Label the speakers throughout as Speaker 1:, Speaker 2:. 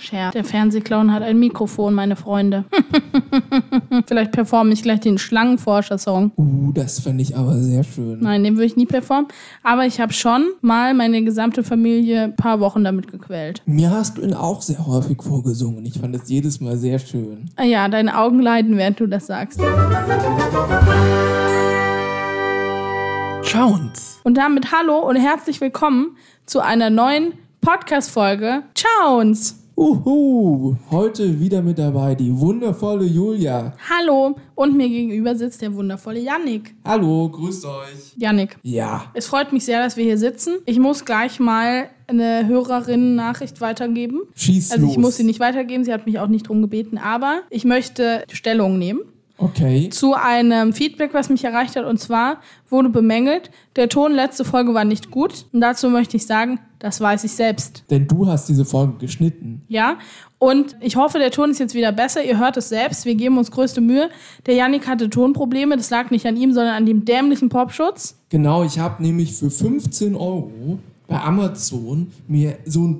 Speaker 1: Scherz. Der Fernsehclown hat ein Mikrofon, meine Freunde. Vielleicht performe ich gleich den Schlangenforscher-Song.
Speaker 2: Uh, das fand ich aber sehr schön.
Speaker 1: Nein, den würde ich nie performen. Aber ich habe schon mal meine gesamte Familie ein paar Wochen damit gequält.
Speaker 2: Mir hast du ihn auch sehr häufig vorgesungen. Ich fand es jedes Mal sehr schön.
Speaker 1: Ah Ja, deine Augen leiden, während du das sagst.
Speaker 2: Jones.
Speaker 1: Und damit hallo und herzlich willkommen zu einer neuen Podcast-Folge. Ciao's!
Speaker 2: Uhu. Heute wieder mit dabei die wundervolle Julia.
Speaker 1: Hallo und mir gegenüber sitzt der wundervolle Yannick.
Speaker 2: Hallo, grüßt euch.
Speaker 1: Yannick,
Speaker 2: Ja.
Speaker 1: es freut mich sehr, dass wir hier sitzen. Ich muss gleich mal eine Hörerinnen-Nachricht weitergeben.
Speaker 2: Schieß
Speaker 1: Also
Speaker 2: los.
Speaker 1: ich muss sie nicht weitergeben, sie hat mich auch nicht drum gebeten, aber ich möchte Stellung nehmen
Speaker 2: Okay.
Speaker 1: zu einem Feedback, was mich erreicht hat. Und zwar wurde bemängelt, der Ton letzte Folge war nicht gut. Und dazu möchte ich sagen, das weiß ich selbst.
Speaker 2: Denn du hast diese Folge geschnitten.
Speaker 1: Ja, und ich hoffe, der Ton ist jetzt wieder besser. Ihr hört es selbst. Wir geben uns größte Mühe. Der Yannick hatte Tonprobleme. Das lag nicht an ihm, sondern an dem dämlichen Popschutz.
Speaker 2: Genau, ich habe nämlich für 15 Euro bei Amazon mir so einen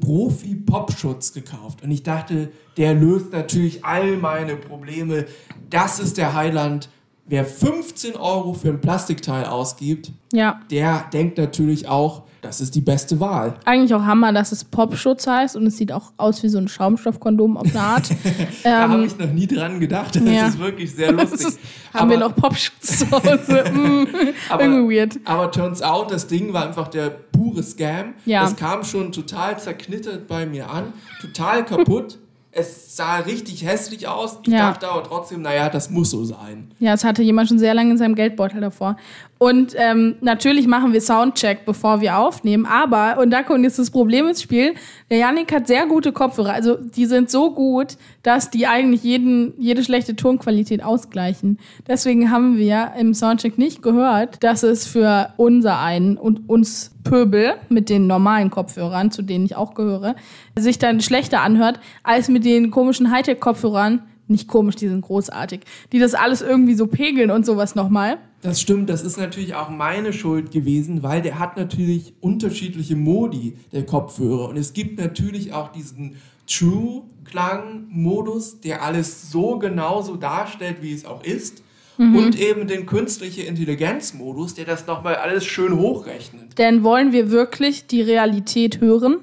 Speaker 2: Profi-Popschutz gekauft. Und ich dachte, der löst natürlich all meine Probleme. Das ist der Heiland. Wer 15 Euro für ein Plastikteil ausgibt,
Speaker 1: Ja,
Speaker 2: der denkt natürlich auch, das ist die beste Wahl.
Speaker 1: eigentlich auch Hammer, dass es Popschutz heißt. Und es sieht auch aus wie so ein Schaumstoffkondom auf eine Art.
Speaker 2: Da habe
Speaker 1: ähm,
Speaker 2: ich noch nie dran gedacht. Das
Speaker 1: ja.
Speaker 2: ist wirklich sehr lustig.
Speaker 1: haben wir
Speaker 2: Aber-
Speaker 1: noch Popschutz zu Hause? Mm,
Speaker 2: Aber-
Speaker 1: irgendwie weird.
Speaker 2: Aber turns out, das Ding war einfach der pure Scam.
Speaker 1: Ja.
Speaker 2: Das kam schon total zerknittert bei mir an, total kaputt. es sah richtig hässlich aus. Ich
Speaker 1: Ja.
Speaker 2: dachte aber trotzdem, naja, das muss so sein.
Speaker 1: Ja, es hatte jemand schon sehr lange in seinem Geldbeutel davor. Und ähm, natürlich machen wir Soundcheck, bevor wir aufnehmen. Aber, und da kommt jetzt das Problem ins Spiel, der Yannick hat sehr gute Kopfhörer. Also die sind so gut, dass die eigentlich jeden, jede schlechte Tonqualität ausgleichen. Deswegen haben wir im Soundcheck nicht gehört, dass es für unser einen und uns Pöbel mit den normalen Kopfhörern, zu denen ich auch gehöre, sich dann schlechter anhört, als mit den komischen Hightech-Kopfhörern, nicht komisch, die sind großartig, die das alles irgendwie so pegeln und sowas nochmal.
Speaker 2: Das stimmt, das ist natürlich auch meine Schuld gewesen, weil der hat natürlich unterschiedliche Modi, der Kopfhörer. Und es gibt natürlich auch diesen True-Klang-Modus, der alles so genauso darstellt, wie es auch ist.
Speaker 1: Mhm.
Speaker 2: Und eben den künstliche Intelligenz-Modus, der das nochmal alles schön hochrechnet.
Speaker 1: Denn wollen wir wirklich die Realität hören?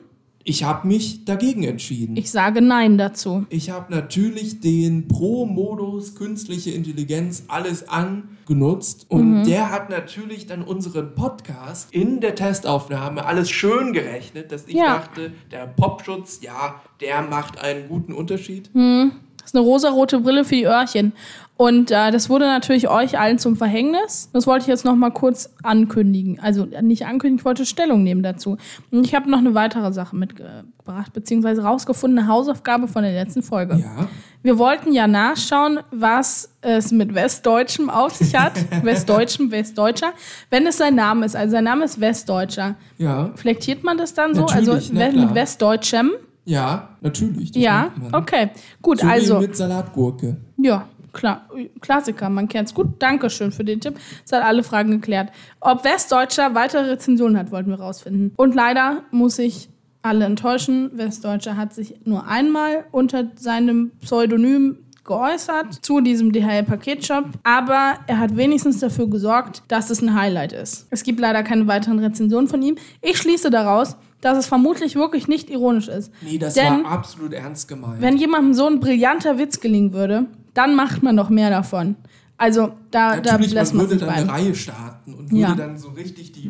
Speaker 2: Ich habe mich dagegen entschieden. Ich,
Speaker 1: Ich sage Nein dazu.
Speaker 2: habe natürlich den Pro-Modus künstliche Intelligenz alles angenutzt und
Speaker 1: Mhm.
Speaker 2: der hat natürlich dann unseren Podcast in der Testaufnahme alles schön gerechnet, dass ich
Speaker 1: Ja.
Speaker 2: dachte, der Popschutz, ja, der macht einen guten Unterschied.
Speaker 1: Hm. Das ist eine rosarote Brille für die Öhrchen. Und äh, das wurde natürlich euch allen zum Verhängnis. Das wollte ich jetzt nochmal kurz ankündigen. Also nicht ankündigen, ich wollte Stellung nehmen dazu. Und ich habe noch eine weitere Sache mitgebracht, beziehungsweise rausgefunden, eine Hausaufgabe von der letzten Folge.
Speaker 2: Ja,
Speaker 1: Wir wollten ja nachschauen, was es mit Westdeutschem auf sich hat. Westdeutschem, Westdeutscher. Wenn es sein Name ist, also sein Name ist Westdeutscher.
Speaker 2: ja,
Speaker 1: Flektiert man das dann so?
Speaker 2: Natürlich,
Speaker 1: also
Speaker 2: na
Speaker 1: we-
Speaker 2: klar.
Speaker 1: mit Westdeutschem?
Speaker 2: ja, natürlich. das
Speaker 1: Ja,
Speaker 2: macht man.
Speaker 1: okay. Gut,
Speaker 2: So
Speaker 1: also.
Speaker 2: also. wie mit Salatgurke.
Speaker 1: Ja, klar. Klassiker, man kennt's gut. Dankeschön für den Tipp. Es hat alle Fragen geklärt. Ob Westdeutscher weitere Rezensionen hat, wollten wir rausfinden. Und leider muss ich alle enttäuschen. Westdeutscher hat sich nur einmal unter seinem Pseudonym geäußert zu diesem DHL-Paketshop, aber er hat wenigstens dafür gesorgt, dass es ein Highlight ist. Es gibt leider keine weiteren Rezensionen von ihm. Ich schließe daraus, dass es vermutlich wirklich nicht ironisch ist.
Speaker 2: Nee, das
Speaker 1: Denn-
Speaker 2: war absolut ernst gemeint.
Speaker 1: wenn jemandem so ein brillanter Witz gelingen würde, dann macht man noch mehr davon. Also da, da
Speaker 2: Natürlich,
Speaker 1: lässt
Speaker 2: man
Speaker 1: man
Speaker 2: würde
Speaker 1: sich
Speaker 2: dann eine
Speaker 1: bei.
Speaker 2: Reihe starten und würde
Speaker 1: Ja.
Speaker 2: dann so richtig die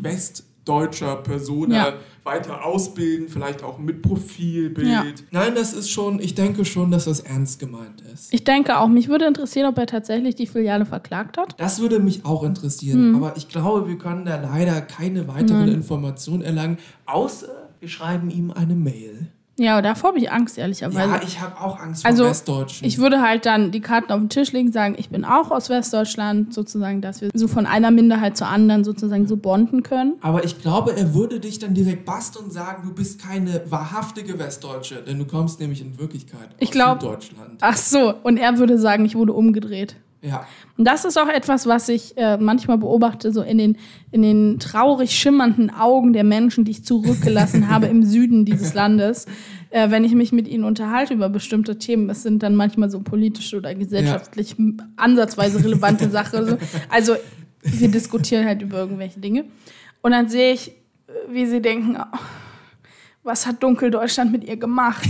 Speaker 2: westdeutscher Persona
Speaker 1: Ja.
Speaker 2: weiter ausbilden, vielleicht auch mit Profilbild.
Speaker 1: Ja.
Speaker 2: Nein, das ist schon, ich denke schon, dass das ernst gemeint ist.
Speaker 1: Ich denke auch, mich würde interessieren, ob er tatsächlich die Filiale verklagt hat.
Speaker 2: Das würde mich auch interessieren,
Speaker 1: Mhm.
Speaker 2: aber ich glaube, wir können da leider keine weiteren Informationen erlangen, außer wir schreiben ihm eine Mail.
Speaker 1: Ja, aber davor habe ich Angst, ehrlicherweise.
Speaker 2: ja, ich habe auch Angst vor
Speaker 1: also,
Speaker 2: Westdeutschen.
Speaker 1: ich würde halt dann die Karten auf den Tisch legen, sagen, ich bin auch aus Westdeutschland, sozusagen, dass wir so von einer Minderheit zur anderen sozusagen so bonden können.
Speaker 2: aber ich glaube, er würde dich dann direkt basteln und sagen, du bist keine wahrhaftige Westdeutsche, denn du kommst nämlich in Wirklichkeit
Speaker 1: Ich
Speaker 2: aus
Speaker 1: glaub-
Speaker 2: Deutschland.
Speaker 1: Ach so, und er würde sagen, ich wurde umgedreht.
Speaker 2: Ja.
Speaker 1: Und das ist auch etwas, was ich äh, manchmal beobachte, so in den, in den traurig schimmernden Augen der Menschen, die ich zurückgelassen habe im Süden dieses Landes. äh, wenn ich mich mit ihnen unterhalte über bestimmte Themen, es sind dann manchmal so politische oder gesellschaftlich ansatzweise relevante Sachen. So. Also wir diskutieren halt über irgendwelche Dinge. Und dann sehe ich, wie sie denken, oh, was hat Dunkeldeutschland mit ihr gemacht?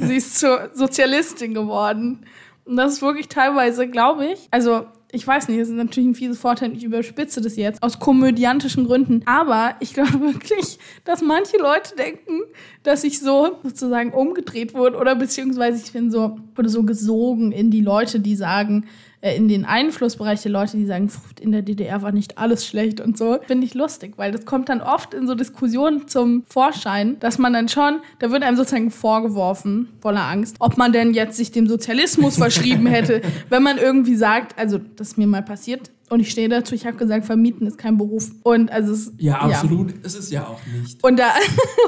Speaker 1: sie ist zur Sozialistin geworden. Und das ist wirklich teilweise, glaube ich, also ich weiß nicht, es ist natürlich ein fieses Vorteil, ich überspitze das jetzt aus komödiantischen Gründen, aber ich glaube wirklich, dass manche Leute denken, dass ich so sozusagen umgedreht wurde oder beziehungsweise ich bin so, wurde so gesogen in die Leute, die sagen, äh, in den Einflussbereich der Leute, die sagen, in der DDR war nicht alles schlecht und so, finde ich lustig, weil das kommt dann oft in so Diskussionen zum Vorschein, dass man dann schon, da wird einem sozusagen vorgeworfen, voller Angst, ob man denn jetzt sich dem Sozialismus verschrieben hätte, wenn man irgendwie sagt, also das ist mir mal passiert. Und ich stehe dazu, ich habe gesagt, vermieten ist kein Beruf. Und also es,
Speaker 2: Ja, absolut. Ist es ja auch nicht.
Speaker 1: und, da,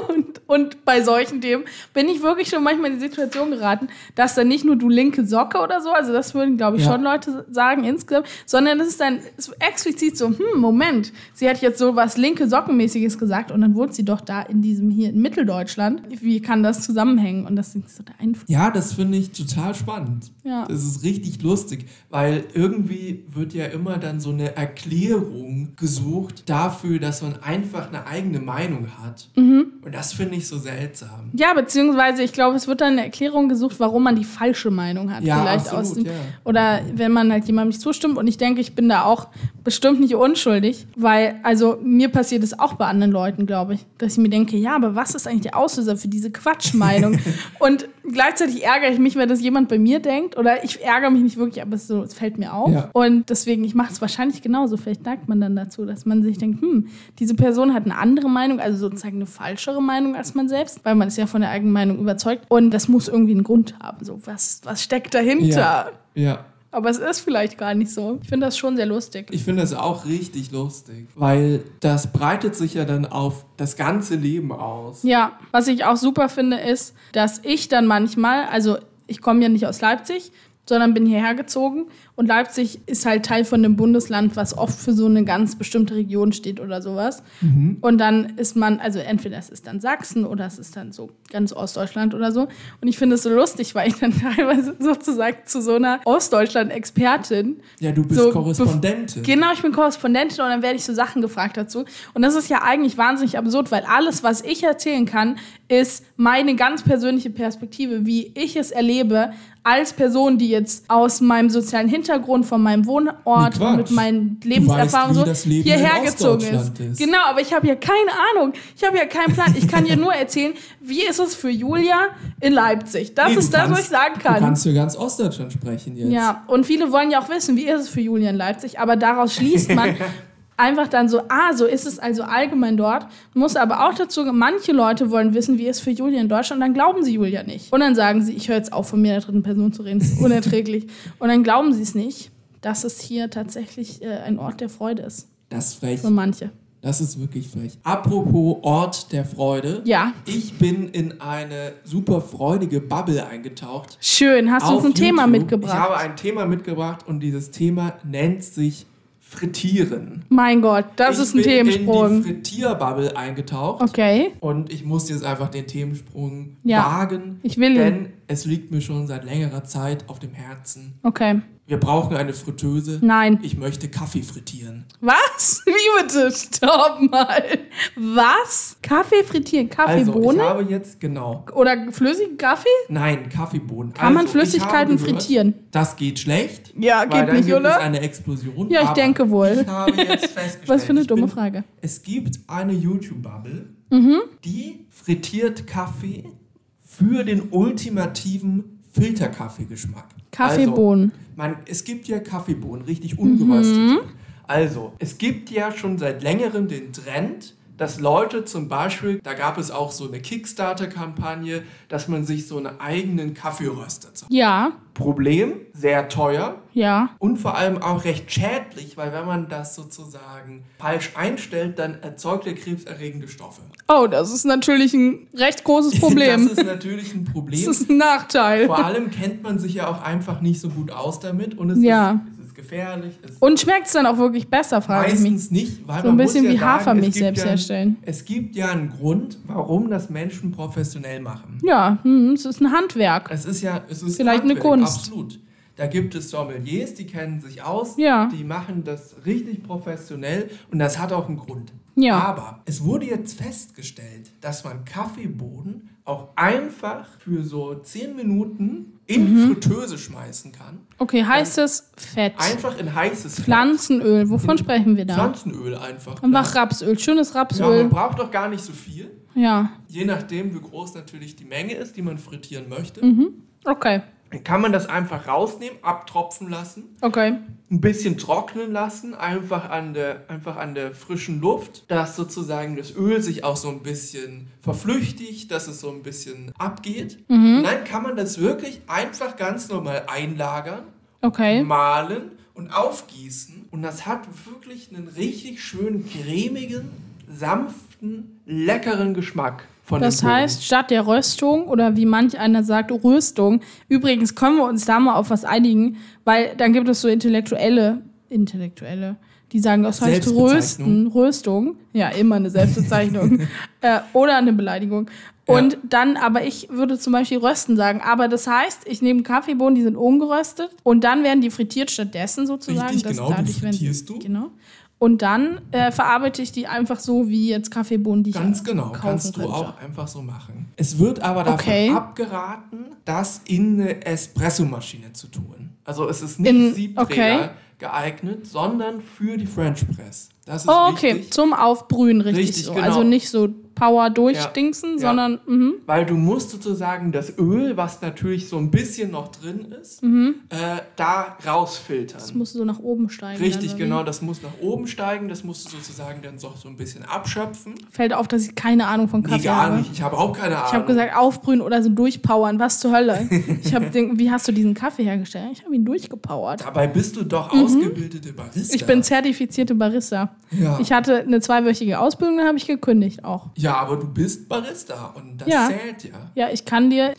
Speaker 1: und, und bei solchen Themen bin ich wirklich schon manchmal in die Situation geraten, dass dann nicht nur du linke Socke oder so, also das würden, glaube ich,
Speaker 2: Ja.
Speaker 1: schon Leute sagen insgesamt, sondern es ist dann so explizit so, hm, Moment, sie hat jetzt so was linke Sockenmäßiges gesagt und dann wohnt sie doch da in diesem hier in Mitteldeutschland. Wie kann das zusammenhängen? Und das ist so der Einfluss.
Speaker 2: Ja, das finde ich total spannend.
Speaker 1: Ja.
Speaker 2: Das ist richtig lustig, weil irgendwie wird ja immer dann so eine Erklärung gesucht dafür, dass man einfach eine eigene Meinung hat.
Speaker 1: Mhm.
Speaker 2: Und das finde ich so seltsam.
Speaker 1: Ja, beziehungsweise ich glaube, es wird dann eine Erklärung gesucht, warum man die falsche Meinung hat.
Speaker 2: Ja,
Speaker 1: vielleicht
Speaker 2: absolut,
Speaker 1: aus dem,
Speaker 2: ja.
Speaker 1: Oder wenn man halt jemandem nicht zustimmt. Und ich denke, ich bin da auch bestimmt nicht unschuldig, weil, also mir passiert es auch bei anderen Leuten, glaube ich, dass ich mir denke, ja, aber was ist eigentlich der Auslöser für diese Quatschmeinung? und gleichzeitig ärgere ich mich, wenn das jemand bei mir denkt. Oder ich ärgere mich nicht wirklich, aber es, so, es fällt mir auf.
Speaker 2: Ja.
Speaker 1: Und deswegen, ich mache es wahrscheinlich genauso. Vielleicht neigt man dann dazu, dass man sich denkt, hm, diese Person hat eine andere Meinung, also sozusagen eine falschere Meinung als man selbst, weil man ist ja von der eigenen Meinung überzeugt. Und das muss irgendwie einen Grund haben. So, was, was steckt dahinter?
Speaker 2: ja.
Speaker 1: Aber es ist vielleicht gar nicht so. Ich finde das schon sehr lustig.
Speaker 2: Ich finde das auch richtig lustig, weil das breitet sich ja dann auf das ganze Leben aus.
Speaker 1: Ja, was ich auch super finde, ist, dass ich dann manchmal, also ich komme ja nicht aus Leipzig, sondern bin hierher gezogen. Und Leipzig ist halt Teil von einem Bundesland, was oft für so eine ganz bestimmte Region steht oder sowas. Und dann ist man, also entweder es ist dann Sachsen oder es ist dann so ganz Ostdeutschland oder so. Und ich finde es so lustig, weil ich dann teilweise sozusagen zu so einer Ostdeutschland-Expertin
Speaker 2: Ja, du bist
Speaker 1: So,
Speaker 2: Korrespondentin.
Speaker 1: Genau, ich bin Korrespondentin und dann werde ich so Sachen gefragt dazu. Und das ist ja eigentlich wahnsinnig absurd, weil alles, was ich erzählen kann, ist meine ganz persönliche Perspektive, wie ich es erlebe als Person, die jetzt aus meinem sozialen Hintergrund, von meinem Wohnort,
Speaker 2: Nee, Quatsch.
Speaker 1: mit meinen
Speaker 2: Du
Speaker 1: Lebenserfahrungen
Speaker 2: weißt, wie
Speaker 1: so
Speaker 2: das Leben in
Speaker 1: hierher gezogen ist.
Speaker 2: Ostdeutschland ist.
Speaker 1: Genau, aber ich habe ja keine Ahnung. Ich habe ja keinen Plan. Ich kann dir nur erzählen, wie ist es für Julia in Leipzig. Das
Speaker 2: Nee, du
Speaker 1: ist das, was ich
Speaker 2: kannst-
Speaker 1: sagen kann.
Speaker 2: Du kannst für ganz Ostdeutschland sprechen jetzt.
Speaker 1: Ja, und viele wollen ja auch wissen, wie ist es für Julian Leipzig, aber daraus schließt man einfach dann so, ah, so ist es also allgemein dort. Muss aber auch dazu, manche Leute wollen wissen, wie ist es für Julian in Deutschland, dann glauben sie Julia nicht. Und dann sagen sie, ich höre jetzt auf, von mir in der dritten Person zu reden, das ist unerträglich. und dann glauben sie es nicht, dass es hier tatsächlich äh, ein Ort der Freude ist.
Speaker 2: Das ist frech.
Speaker 1: Für manche.
Speaker 2: Das ist wirklich frech. Apropos Ort der Freude.
Speaker 1: Ja.
Speaker 2: Ich bin in eine super freudige Bubble eingetaucht.
Speaker 1: Schön, hast du uns ein
Speaker 2: auf
Speaker 1: Thema
Speaker 2: YouTube.
Speaker 1: mitgebracht?
Speaker 2: Ich habe ein Thema mitgebracht und dieses Thema nennt sich Frittieren.
Speaker 1: mein Gott, das
Speaker 2: ich
Speaker 1: ist ein
Speaker 2: bin in die
Speaker 1: Themensprung.
Speaker 2: Frittierbubble eingetaucht.
Speaker 1: Okay.
Speaker 2: Und ich muss jetzt einfach den Themensprung
Speaker 1: Ja.
Speaker 2: wagen.
Speaker 1: Ich will ihn.
Speaker 2: Denn es liegt mir schon seit längerer Zeit auf dem Herzen.
Speaker 1: Okay.
Speaker 2: Wir brauchen eine Fritteuse.
Speaker 1: Nein.
Speaker 2: Ich möchte Kaffee frittieren.
Speaker 1: Was? Wie bitte? Stopp mal. Was? Kaffee frittieren?
Speaker 2: Also, ich
Speaker 1: Kaffeebohnen?
Speaker 2: habe jetzt, genau.
Speaker 1: Oder flüssigen Kaffee?
Speaker 2: Nein, Kaffeebohnen. Also,
Speaker 1: Kann man
Speaker 2: ich habe
Speaker 1: Flüssigkeiten
Speaker 2: gehört,
Speaker 1: frittieren?
Speaker 2: Das geht schlecht.
Speaker 1: Ja,
Speaker 2: weil
Speaker 1: geht
Speaker 2: dann
Speaker 1: nicht,
Speaker 2: gibt
Speaker 1: oder?
Speaker 2: Es eine Explosion.
Speaker 1: Ja, ich
Speaker 2: Aber
Speaker 1: denke wohl.
Speaker 2: Ich habe jetzt festgestellt,
Speaker 1: Was für eine
Speaker 2: ich
Speaker 1: dumme
Speaker 2: bin-
Speaker 1: Frage. Mhm.
Speaker 2: Es gibt eine YouTube-Bubble, die frittiert Kaffee für den ultimativen Filterkaffeegeschmack.
Speaker 1: Kaffeebohnen.
Speaker 2: Also, man, es gibt ja Kaffeebohnen, richtig ungeröstet.
Speaker 1: Mhm.
Speaker 2: Also, es gibt ja schon seit längerem den Trend, dass Leute zum Beispiel, da gab es auch so eine Kickstarter-Kampagne, dass man sich so einen eigenen Kaffee röstet. So.
Speaker 1: Ja,
Speaker 2: Problem, sehr teuer,
Speaker 1: ja.
Speaker 2: und vor allem auch recht schädlich, weil wenn man das sozusagen falsch einstellt, dann erzeugt er krebserregende Stoffe.
Speaker 1: Oh, das ist natürlich ein recht großes Problem.
Speaker 2: Das ist natürlich ein Problem.
Speaker 1: Das ist ein Nachteil.
Speaker 2: Vor allem kennt man sich ja auch einfach nicht so gut aus damit und es,
Speaker 1: Ja.
Speaker 2: ist, es ist gefährlich. Ist
Speaker 1: Und schmeckt es dann auch wirklich besser, frage ich mich.
Speaker 2: meistens nicht, weil
Speaker 1: So ein
Speaker 2: man muss
Speaker 1: bisschen
Speaker 2: ja
Speaker 1: wie
Speaker 2: sagen,
Speaker 1: Hafermilch
Speaker 2: es gibt
Speaker 1: selbst
Speaker 2: ja,
Speaker 1: herstellen.
Speaker 2: Es gibt ja einen Grund, warum das Menschen professionell machen.
Speaker 1: Ja, hm, es ist ein Handwerk.
Speaker 2: Es ist ja, es ist
Speaker 1: Vielleicht eine
Speaker 2: Handwerk,
Speaker 1: Kunst.
Speaker 2: Absolut. Da gibt es Sommeliers, die kennen sich aus,
Speaker 1: Ja.
Speaker 2: die machen das richtig professionell und das hat auch einen Grund.
Speaker 1: Ja.
Speaker 2: Aber es wurde jetzt festgestellt, dass man Kaffeebohnen auch einfach für so 10 Minuten in
Speaker 1: Mhm.
Speaker 2: die Fritteuse schmeißen kann.
Speaker 1: Okay, heißes Fett.
Speaker 2: Einfach in heißes Fett.
Speaker 1: Pflanzenöl, wovon sprechen wir da?
Speaker 2: Pflanzenöl einfach.
Speaker 1: genau. Einfach Rapsöl, schönes
Speaker 2: ja, man
Speaker 1: Rapsöl.
Speaker 2: braucht doch gar nicht so viel.
Speaker 1: Ja,
Speaker 2: Je nachdem, wie groß natürlich die Menge ist, die man frittieren möchte,
Speaker 1: Mhm. okay,
Speaker 2: kann man das einfach rausnehmen, abtropfen lassen
Speaker 1: okay.
Speaker 2: ein bisschen trocknen lassen, einfach an der, einfach an der frischen Luft, dass sozusagen das Öl sich auch so ein bisschen verflüchtigt, dass es so ein bisschen abgeht.
Speaker 1: Mhm.
Speaker 2: Und dann kann man das wirklich einfach ganz normal einlagern,
Speaker 1: Okay.
Speaker 2: mahlen und aufgießen. Und das hat wirklich einen richtig schönen, cremigen, sanften, leckeren Geschmack von
Speaker 1: Das
Speaker 2: den Bohnen.
Speaker 1: heißt, statt der Röstung oder wie manch einer sagt, Röstung, übrigens können wir uns da mal auf was einigen, weil dann gibt es so Intellektuelle, Intellektuelle, die sagen, das heißt Rösten,
Speaker 2: Selbstbezeichnung.
Speaker 1: Röstung. Ja, immer eine Selbstbezeichnung. äh, oder eine Beleidigung. Und dann, aber ich würde zum Beispiel Rösten sagen. Aber das heißt, ich nehme Kaffeebohnen, die sind ungeröstet und dann werden die frittiert stattdessen sozusagen.
Speaker 2: Richtig,
Speaker 1: dass
Speaker 2: genau, die
Speaker 1: dadurch werden sie-
Speaker 2: frittierst du.
Speaker 1: Genau. Und dann äh, verarbeite ich die einfach so wie jetzt Kaffeebohnen, die
Speaker 2: Ganz
Speaker 1: ich
Speaker 2: genau,
Speaker 1: kaufen
Speaker 2: kannst du
Speaker 1: könnte.
Speaker 2: auch einfach so machen. Es wird aber davon
Speaker 1: Okay.
Speaker 2: abgeraten, das in eine Espressomaschine zu tun. Also es ist nicht
Speaker 1: In-
Speaker 2: Siebträger
Speaker 1: okay.
Speaker 2: geeignet, sondern für die French Press. Das ist
Speaker 1: Oh, okay,
Speaker 2: wichtig,
Speaker 1: zum Aufbrühen richtig,
Speaker 2: Richtig,
Speaker 1: so.
Speaker 2: genau.
Speaker 1: Also nicht so Power durchdingsen,
Speaker 2: Ja.
Speaker 1: sondern mhm.
Speaker 2: weil du musst sozusagen das Öl, was natürlich so ein bisschen noch drin ist, äh, da
Speaker 1: Mhm. das
Speaker 2: rausfiltern.
Speaker 1: musst du so nach oben steigen.
Speaker 2: Richtig,
Speaker 1: dann, oder
Speaker 2: genau, das muss nach oben steigen, das musst du sozusagen dann doch so ein bisschen abschöpfen.
Speaker 1: wie? Fällt auf, dass ich keine Ahnung von
Speaker 2: Nee,
Speaker 1: Kaffee
Speaker 2: gar
Speaker 1: habe.
Speaker 2: nicht, ich habe auch keine Ahnung.
Speaker 1: Ich habe gesagt, aufbrühen oder so durchpowern. Was zur Hölle? ich habe wie hast du diesen Kaffee hergestellt? Ich habe ihn durchgepowert.
Speaker 2: Dabei bist du doch ausgebildete Barista.
Speaker 1: Mhm. Ich bin zertifizierte Barista.
Speaker 2: Ja.
Speaker 1: Ich hatte eine zweiwöchige Ausbildung, dann habe ich gekündigt auch.
Speaker 2: Ja, aber du bist Barista und das
Speaker 1: Ja.
Speaker 2: zählt ja.
Speaker 1: Ja, ich kann dir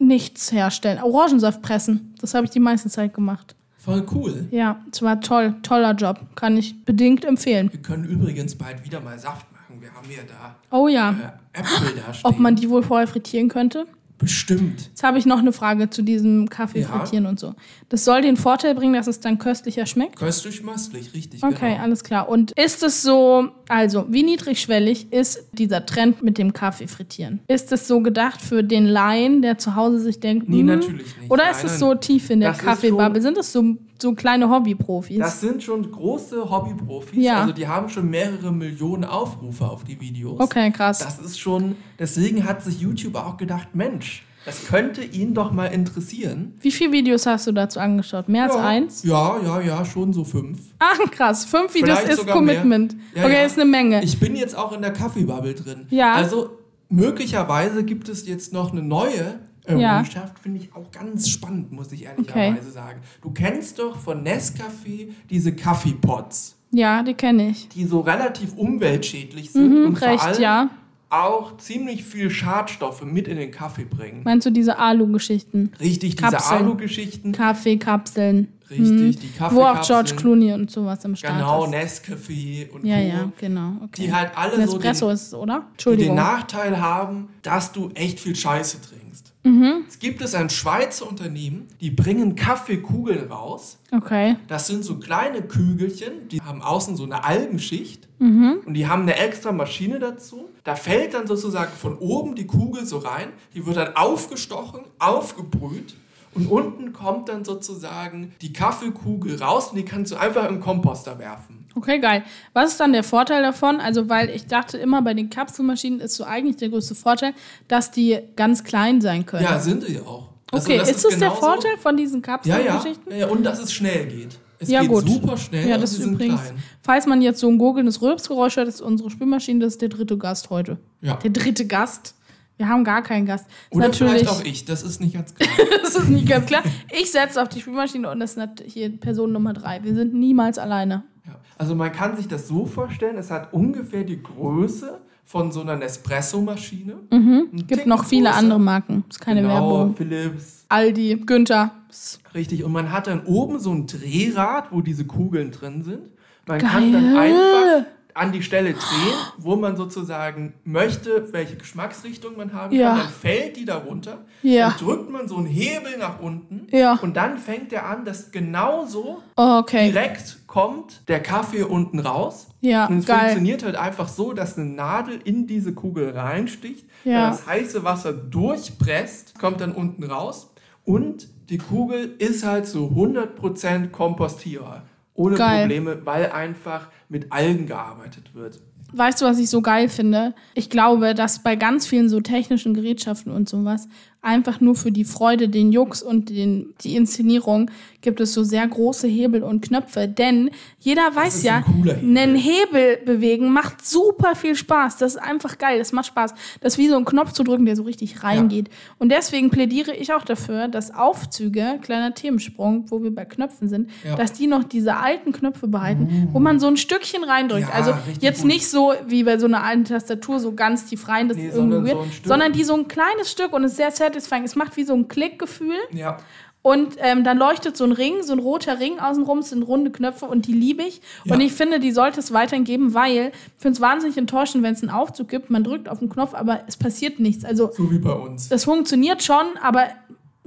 Speaker 1: nichts herstellen. Orangensaft pressen. Das habe ich die meiste Zeit gemacht.
Speaker 2: Voll cool.
Speaker 1: Ja, es war toll. Toller Job. Kann ich bedingt empfehlen.
Speaker 2: Wir können übrigens bald wieder mal Saft machen. Wir haben ja da
Speaker 1: Oh ja.
Speaker 2: äh, Äpfel da stehen.
Speaker 1: Ob man die wohl vorher frittieren könnte?
Speaker 2: Bestimmt.
Speaker 1: Jetzt habe ich noch eine Frage zu diesem Kaffee
Speaker 2: Ja.
Speaker 1: frittieren und so. Das soll den Vorteil bringen, dass es dann köstlicher schmeckt?
Speaker 2: Köstlich-möstlich, richtig.
Speaker 1: Okay,
Speaker 2: genau.
Speaker 1: alles klar. Und ist es so, also wie niedrigschwellig ist dieser Trend mit dem Kaffee frittieren? Ist es so gedacht für den Laien, der zu Hause sich denkt,
Speaker 2: Nee,
Speaker 1: "Hm?"
Speaker 2: natürlich nicht.
Speaker 1: Oder
Speaker 2: Nein,
Speaker 1: ist es
Speaker 2: nein.
Speaker 1: so tief in der
Speaker 2: Das ist
Speaker 1: Kaffeebubble? Sind es so, so kleine Hobbyprofis?
Speaker 2: Das sind schon große Hobbyprofis.
Speaker 1: Ja.
Speaker 2: Also die haben schon mehrere Millionen Aufrufe auf die Videos.
Speaker 1: okay, krass.
Speaker 2: Das ist schon, deswegen hat sich YouTube auch gedacht, Mensch, das könnte ihn doch mal interessieren.
Speaker 1: Wie viele Videos hast du dazu angeschaut? Mehr als
Speaker 2: ja.
Speaker 1: eins?
Speaker 2: Ja, ja, ja, schon so fünf.
Speaker 1: Ah, krass. Fünf Videos
Speaker 2: Vielleicht
Speaker 1: ist
Speaker 2: sogar mehr.
Speaker 1: Commitment.
Speaker 2: Ja,
Speaker 1: okay,
Speaker 2: ja.
Speaker 1: ist eine Menge.
Speaker 2: Ich bin jetzt auch in der Kaffeebubble drin.
Speaker 1: Ja.
Speaker 2: Also möglicherweise gibt es jetzt noch eine neue Errungenschaft, finde ich auch ganz spannend, muss ich ehrlicherweise sagen. Du kennst doch von Nescafé diese Kaffeepots,
Speaker 1: ja, die kenne ich.
Speaker 2: die so relativ umweltschädlich sind
Speaker 1: Mhm,
Speaker 2: und
Speaker 1: recht,
Speaker 2: vor allem
Speaker 1: ja.
Speaker 2: auch ziemlich viel Schadstoffe mit in den Kaffee bringen.
Speaker 1: Meinst du diese Alu-Geschichten?
Speaker 2: Richtig, diese
Speaker 1: Kapseln.
Speaker 2: Alu-Geschichten.
Speaker 1: Kaffeekapseln. Mhm.
Speaker 2: Richtig, die
Speaker 1: Wo auch George
Speaker 2: Kaffeekapseln.
Speaker 1: Clooney und sowas am Start
Speaker 2: Genau,
Speaker 1: ist.
Speaker 2: Nescafé und
Speaker 1: Ja,
Speaker 2: Co.
Speaker 1: ja, genau. Okay.
Speaker 2: Die halt alle so
Speaker 1: Nespresso
Speaker 2: den-
Speaker 1: ist es, oder?
Speaker 2: die den
Speaker 1: Entschuldigung.
Speaker 2: Nachteil haben, dass du echt viel Scheiße trinkst.
Speaker 1: Mhm.
Speaker 2: Es gibt es ein Schweizer Unternehmen, die bringen Kaffeekugeln raus.
Speaker 1: Okay.
Speaker 2: Das sind so kleine Kügelchen, die haben außen so eine Algenschicht
Speaker 1: Mhm.
Speaker 2: und die haben eine extra Maschine dazu. Da fällt dann sozusagen von oben die Kugel so rein, die wird dann aufgestochen, aufgebrüht und unten kommt dann sozusagen die Kaffeekugel raus und die kannst du einfach im Komposter werfen.
Speaker 1: Okay, geil. Was ist dann der Vorteil davon? Also, weil ich dachte immer, bei den Kapselmaschinen ist so eigentlich der größte Vorteil, dass die ganz klein sein können.
Speaker 2: Ja, sind sie auch. Also
Speaker 1: okay, ist das der
Speaker 2: genauso-
Speaker 1: Vorteil von diesen
Speaker 2: Ja, ja.
Speaker 1: Kapselgeschichten?
Speaker 2: ja, ja. Und dass es schnell geht. Es
Speaker 1: Ja,
Speaker 2: geht
Speaker 1: gut.
Speaker 2: super schnell.
Speaker 1: Ja,
Speaker 2: und
Speaker 1: das
Speaker 2: sie
Speaker 1: ist
Speaker 2: sind
Speaker 1: übrigens,
Speaker 2: klein.
Speaker 1: falls man jetzt so ein gurgelndes Rülpsgeräusch hört, ist unsere Spülmaschine, das ist der dritte Gast heute.
Speaker 2: Ja.
Speaker 1: Der dritte Gast. Wir haben gar keinen Gast. Ist
Speaker 2: Oder
Speaker 1: natürlich,
Speaker 2: vielleicht auch ich, das ist nicht ganz klar.
Speaker 1: das ist nicht ganz klar. Ich setze auf die Spülmaschine und das ist nat- hier Person Nummer drei. Wir sind niemals alleine.
Speaker 2: ja. Also man kann sich das so vorstellen, es hat ungefähr die Größe von so einer Nespresso-Maschine. Ein
Speaker 1: Mhm. Gibt
Speaker 2: Ticken
Speaker 1: noch viele
Speaker 2: größer.
Speaker 1: andere Marken. Ist keine
Speaker 2: genau,
Speaker 1: Werbung.
Speaker 2: Philips.
Speaker 1: Aldi, Günther. Ist
Speaker 2: Richtig. Und man hat dann oben so ein Drehrad, wo diese Kugeln drin sind. Man
Speaker 1: Geil.
Speaker 2: kann dann einfach an die Stelle drehen, wo man sozusagen möchte, welche Geschmacksrichtung man haben
Speaker 1: Ja.
Speaker 2: kann. Dann fällt die da runter.
Speaker 1: Ja.
Speaker 2: Dann drückt man so einen Hebel nach unten.
Speaker 1: Ja.
Speaker 2: Und dann fängt er an, genau dass genauso
Speaker 1: Oh, okay.
Speaker 2: direkt kommt der Kaffee unten raus.
Speaker 1: Ja,
Speaker 2: und es
Speaker 1: geil.
Speaker 2: funktioniert halt einfach so, dass eine Nadel in diese Kugel reinsticht,
Speaker 1: Ja.
Speaker 2: dann das heiße Wasser durchpresst, kommt dann unten raus und die Kugel ist halt so 100% kompostierbar. Ohne
Speaker 1: Geil.
Speaker 2: Probleme, weil einfach mit Algen gearbeitet wird.
Speaker 1: Weißt du, was ich so geil finde? Ich glaube, dass bei ganz vielen so technischen Gerätschaften und sowas einfach nur für die Freude, den Jux und den, die Inszenierung gibt es so sehr große Hebel und Knöpfe. Denn jeder weiß
Speaker 2: ist
Speaker 1: ja,
Speaker 2: ein cooler Hebel.
Speaker 1: einen Hebel bewegen macht super viel Spaß. Das ist einfach geil. Das macht Spaß. Das ist wie so einen Knopf zu drücken, der so richtig reingeht. Und deswegen plädiere ich auch dafür, dass Aufzüge, kleiner Themensprung, wo wir bei Knöpfen sind,
Speaker 2: Ja. Oh.
Speaker 1: dass die noch diese alten Knöpfe behalten, wo man so ein Stückchen reindrückt.
Speaker 2: Ja,
Speaker 1: also
Speaker 2: richtig
Speaker 1: jetzt
Speaker 2: gut.
Speaker 1: nicht nicht so wie bei so einer alten Tastatur so ganz tief rein, das
Speaker 2: Nee,
Speaker 1: ist irgendwie
Speaker 2: sondern so
Speaker 1: weird,
Speaker 2: ein Stück.
Speaker 1: sondern die so ein kleines Stück und es ist sehr satisfying. Es macht wie so ein Klickgefühl
Speaker 2: Ja.
Speaker 1: und ähm, dann leuchtet so ein Ring, so ein roter Ring außenrum, es sind runde Knöpfe und die liebe ich.
Speaker 2: Ja.
Speaker 1: Und ich finde, die sollte es weiterhin geben, weil ich finde es wahnsinnig enttäuschend, wenn es einen Aufzug gibt, man drückt auf den Knopf, aber es passiert nichts. Also
Speaker 2: So wie bei uns.
Speaker 1: das funktioniert schon, aber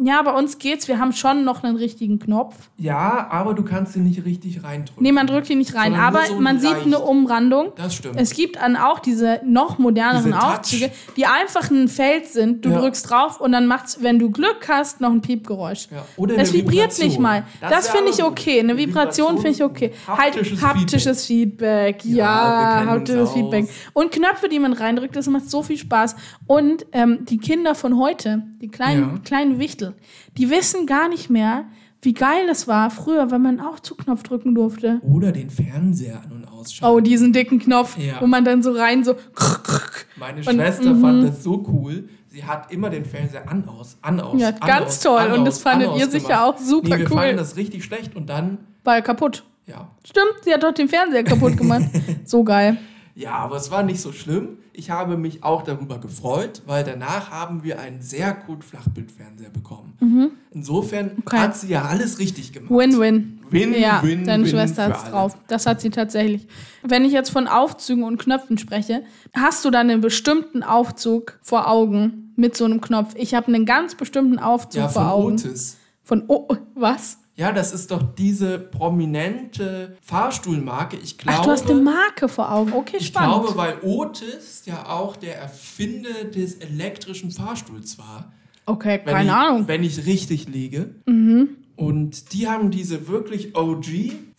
Speaker 1: ja, bei uns geht's, wir haben schon noch einen richtigen Knopf.
Speaker 2: Ja, aber du kannst sie nicht richtig reindrücken.
Speaker 1: Nee, man drückt ihn nicht rein,
Speaker 2: Sondern nur
Speaker 1: aber
Speaker 2: so
Speaker 1: man sieht
Speaker 2: leicht.
Speaker 1: eine Umrandung.
Speaker 2: Das stimmt.
Speaker 1: Es gibt dann auch diese noch moderneren
Speaker 2: Diese Touch.
Speaker 1: Aufzüge, die einfach ein Feld sind. Du
Speaker 2: Ja.
Speaker 1: drückst drauf und dann macht's, wenn du Glück hast, noch ein Piepgeräusch.
Speaker 2: Ja, oder
Speaker 1: es
Speaker 2: eine
Speaker 1: vibriert
Speaker 2: Vibration.
Speaker 1: nicht mal. Das,
Speaker 2: Das wär
Speaker 1: finde
Speaker 2: auch
Speaker 1: ich
Speaker 2: gut.
Speaker 1: okay. Eine
Speaker 2: Eine
Speaker 1: Vibration finde ich
Speaker 2: Vibration,
Speaker 1: okay.
Speaker 2: haptisches
Speaker 1: halt haptisches Feedback.
Speaker 2: Ja, wir
Speaker 1: Ja,
Speaker 2: kennen uns
Speaker 1: haptisches
Speaker 2: aus.
Speaker 1: Feedback. Und Knöpfe, die man reindrückt, das macht so viel Spaß. Und ähm, die Kinder von heute, die kleinen,
Speaker 2: Ja.
Speaker 1: kleinen Wichtel, die wissen gar nicht mehr, wie geil das war früher, wenn man auch zu Knopf drücken durfte.
Speaker 2: oder den Fernseher an- und ausschalten.
Speaker 1: Oh, diesen dicken Knopf,
Speaker 2: Ja.
Speaker 1: wo man dann so rein so. krrk, krrk.
Speaker 2: Meine Schwester
Speaker 1: mhm.
Speaker 2: fand das so cool. Sie hat immer den Fernseher an, aus, an, aus.
Speaker 1: Ja,
Speaker 2: an,
Speaker 1: ganz
Speaker 2: aus,
Speaker 1: toll.
Speaker 2: An,
Speaker 1: Und
Speaker 2: aus,
Speaker 1: das fandet
Speaker 2: an, aus
Speaker 1: ihr sicher
Speaker 2: gemacht.
Speaker 1: auch super
Speaker 2: nee, wir
Speaker 1: cool.
Speaker 2: fanden das richtig schlecht und dann,
Speaker 1: War ja kaputt.
Speaker 2: ja.
Speaker 1: Stimmt, sie hat doch den Fernseher kaputt gemacht. so geil.
Speaker 2: Ja, aber es war nicht so schlimm. Ich habe mich auch darüber gefreut, weil danach haben wir einen sehr gut Flachbildfernseher bekommen. Insofern
Speaker 1: Mhm. Okay.
Speaker 2: hat sie ja alles richtig gemacht.
Speaker 1: Win-win.
Speaker 2: Win,
Speaker 1: ja,
Speaker 2: win,
Speaker 1: deine
Speaker 2: win
Speaker 1: Schwester
Speaker 2: für
Speaker 1: hat's
Speaker 2: alle.
Speaker 1: drauf. Das hat sie tatsächlich. Wenn ich jetzt von Aufzügen und Knöpfen spreche, hast du dann einen bestimmten Aufzug vor Augen mit so einem Knopf? Ich habe einen ganz bestimmten Aufzug
Speaker 2: ja,
Speaker 1: vor
Speaker 2: von
Speaker 1: Augen.
Speaker 2: Otis.
Speaker 1: Von o was?
Speaker 2: Ja, das ist doch diese prominente Fahrstuhlmarke. Ich glaube,
Speaker 1: Ach, du hast eine Marke vor Augen. Okay,
Speaker 2: Ich
Speaker 1: spannend.
Speaker 2: glaube, weil Otis ja auch der Erfinder des elektrischen Fahrstuhls war.
Speaker 1: okay,
Speaker 2: Wenn
Speaker 1: keine
Speaker 2: ich,
Speaker 1: Ahnung. Mhm.
Speaker 2: Wenn ich richtig liege. Und die haben diese wirklich